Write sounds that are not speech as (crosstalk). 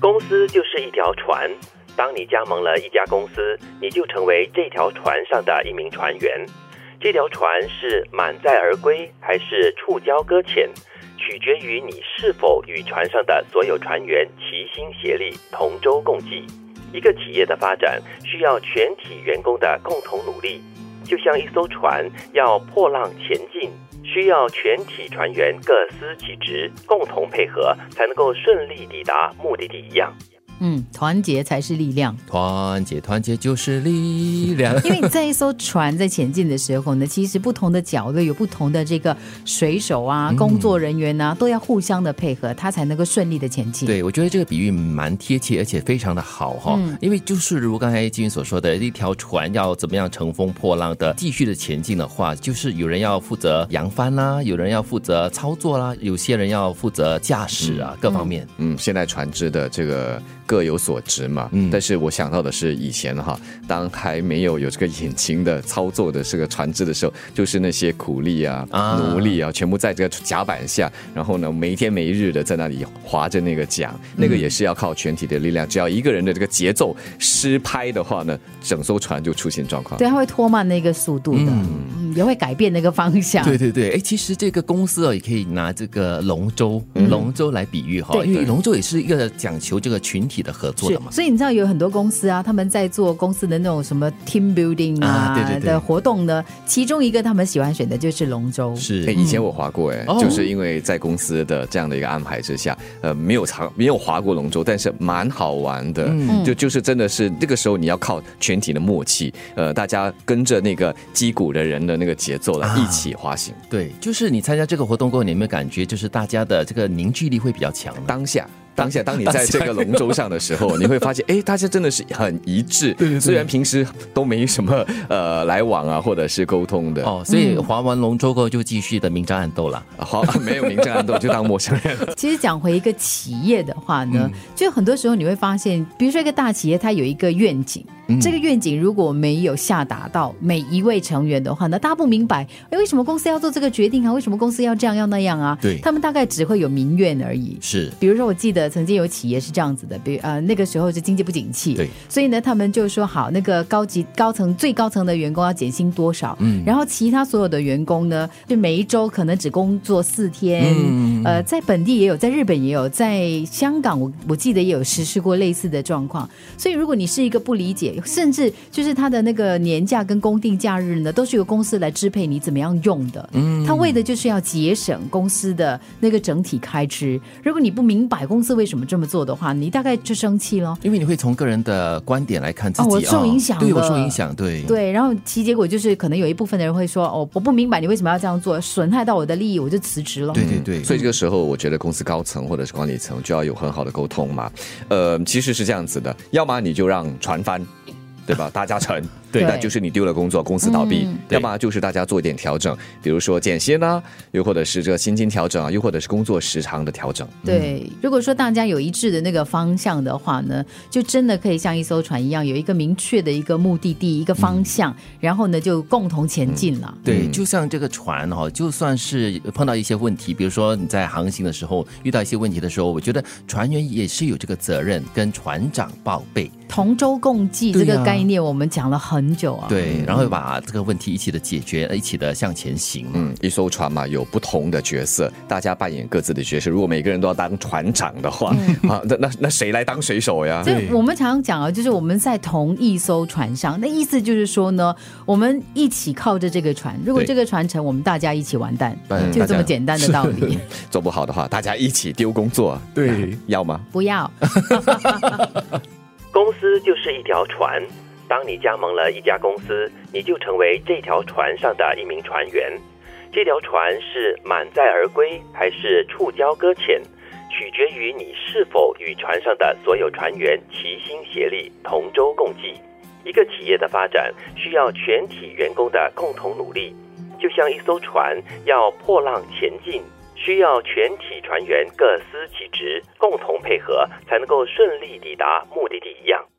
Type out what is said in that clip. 公司就是一条船，当你加盟了一家公司，你就成为这条船上的一名船员。这条船是满载而归还是触礁搁浅，取决于你是否与船上的所有船员齐心协力，同舟共济。一个企业的发展需要全体员工的共同努力，就像一艘船要破浪前进，需要全体船员各司其职，共同配合，才能够顺利抵达目的地一样。嗯，团结才是力 (laughs) 量。团结，团结就是力量。 (laughs) 因为你在一艘船在前进的时候呢，其实不同的角落有不同的这个水手嗯啊、工作人员啊，都要互相的配合，它才能够顺利的前进。，对，我觉得这个比喻蛮贴切，而且非常的好哈、嗯因为就是如刚才金云所说的，一条船要怎么样乘风破浪的继续的前进的话，就是有人要负责扬帆啦，有人要负责操作啦，有些人要负责驾驶啊，各方面。嗯，现在船只的这个各有所值嘛。嗯但是我想到的是以前哈，当还没有有这个引擎的操作的这个船只的时候，就是那些苦力啊、啊奴隶啊，全部在这个甲板下，然后呢，没天没日的在那里划着那个桨，嗯那个也是要靠全体的力量，只要一个人的这个节奏失拍的话呢，整艘船就出现状况。对，它会拖慢那个速度的，嗯也会改变那个方向。对对对，哎，其实这个公司哦，也可以拿这个龙舟、龙舟来比喻哈、对因为龙舟也是一个讲求这个群体的合作是的，嘛。所以你知道有很多公司啊，他们在做公司的那种什么 team building 啊啊对对对的活动呢，其中一个他们喜欢选的就是龙舟。是哎以前我划过哎、哦就是因为在公司的这样的一个安排之下，呃，没有尝没有划过龙舟，但是蛮好玩的，就就是真的是这个时候你要靠全体的默契，呃，大家跟着那个击鼓的人的那个节奏来一起滑行。对，就是你参加这个活动过后，你有没有感觉就是大家的这个凝聚力会比较强呢？当下。当下，当你在这个龙舟上的时 (laughs) 候，你会发现，哎，大家真的是很一致。对虽然平时都没什么呃来往啊，或者是沟通的。哦，所以嗯划完龙舟过后就继续的明争暗斗了。好， (laughs) 没有明争暗斗，就当陌生人。其实讲回一个企业的话呢，就很多时候你会发现，比如说一个大企业，它有一个愿景，这个愿景如果没有下达到每一位成员的话呢，大家不明白，哎，为什么公司要做这个决定啊？为什么公司要这样要那样啊？对他们大概只会有民怨而已。是，比如说，我记得曾经有企业是这样子的，比如呃那个时候是经济不景气，对，所以呢，他们就说好，那个高级高层最高层的员工要减薪多少，嗯，然后其他所有的员工呢，就每一周可能只工作四天，嗯呃，在本地也有，在日本也有，在香港我我记得也有实施过类似的状况，所以如果你是一个不理解，甚至就是他的那个年假跟公定假日呢，都是由公司来支配你怎么样用的，嗯，他为的就是要节省公司的那个整体开支，如果你不明白公司为什么这么做的话，你大概就生气咯。因为你会从个人的观点来看自己，哦我受影响对我了受影响，对，对，然后其结果就是，可能有一部分的人会说：“哦，我不明白你为什么要这样做，损害到我的利益，我就辞职了。”对对对，所以以这个时候，我觉得公司高层或者是管理层就要有很好的沟通嘛。呃，其实是这样子的，要么你就让船翻。对 (laughs) 吧？大家沉，对那就是你丢了工作，公司倒闭；嗯要么就是大家做一点调整，比如说减薪啊，又或者是这个薪金调整啊，又或者是工作时长的调整。对，如果说大家有一致的那个方向的话呢，就真的可以像一艘船一样，有一个明确的一个目的地、一个方向，然后呢就共同前进了。对，就像这个船哈、哦，就算是碰到一些问题，比如说你在航行的时候遇到一些问题的时候，我觉得船员也是有这个责任跟船长报备，同舟共济这对个呀概念，我们讲了很久啊。对，然后把这个问题一起的解决，一起的向前行。嗯，一艘船嘛，有不同的角色，大家扮演各自的角色。如果每个人都要当船长的话，嗯啊，那那那谁来当水手呀？所以我们常常讲啊，就是我们在同一艘船上，那意思就是说呢，我们一起靠着这个船，如果对这个船沉，我们大家一起完蛋，嗯就这么大家简单的道理。做不好的话，大家一起丢工作，对，要吗？ (laughs) 不要，公司就是一条船，当你加盟了一家公司，你就成为这条船上的一名船员。这条船是满载而归还是触礁搁浅，取决于你是否与船上的所有船员齐心协力，同舟共济。一个企业的发展需要全体员工的共同努力，就像一艘船要破浪前进，需要全体船员各司其职，共同配合，才能够顺利抵达目的地一样。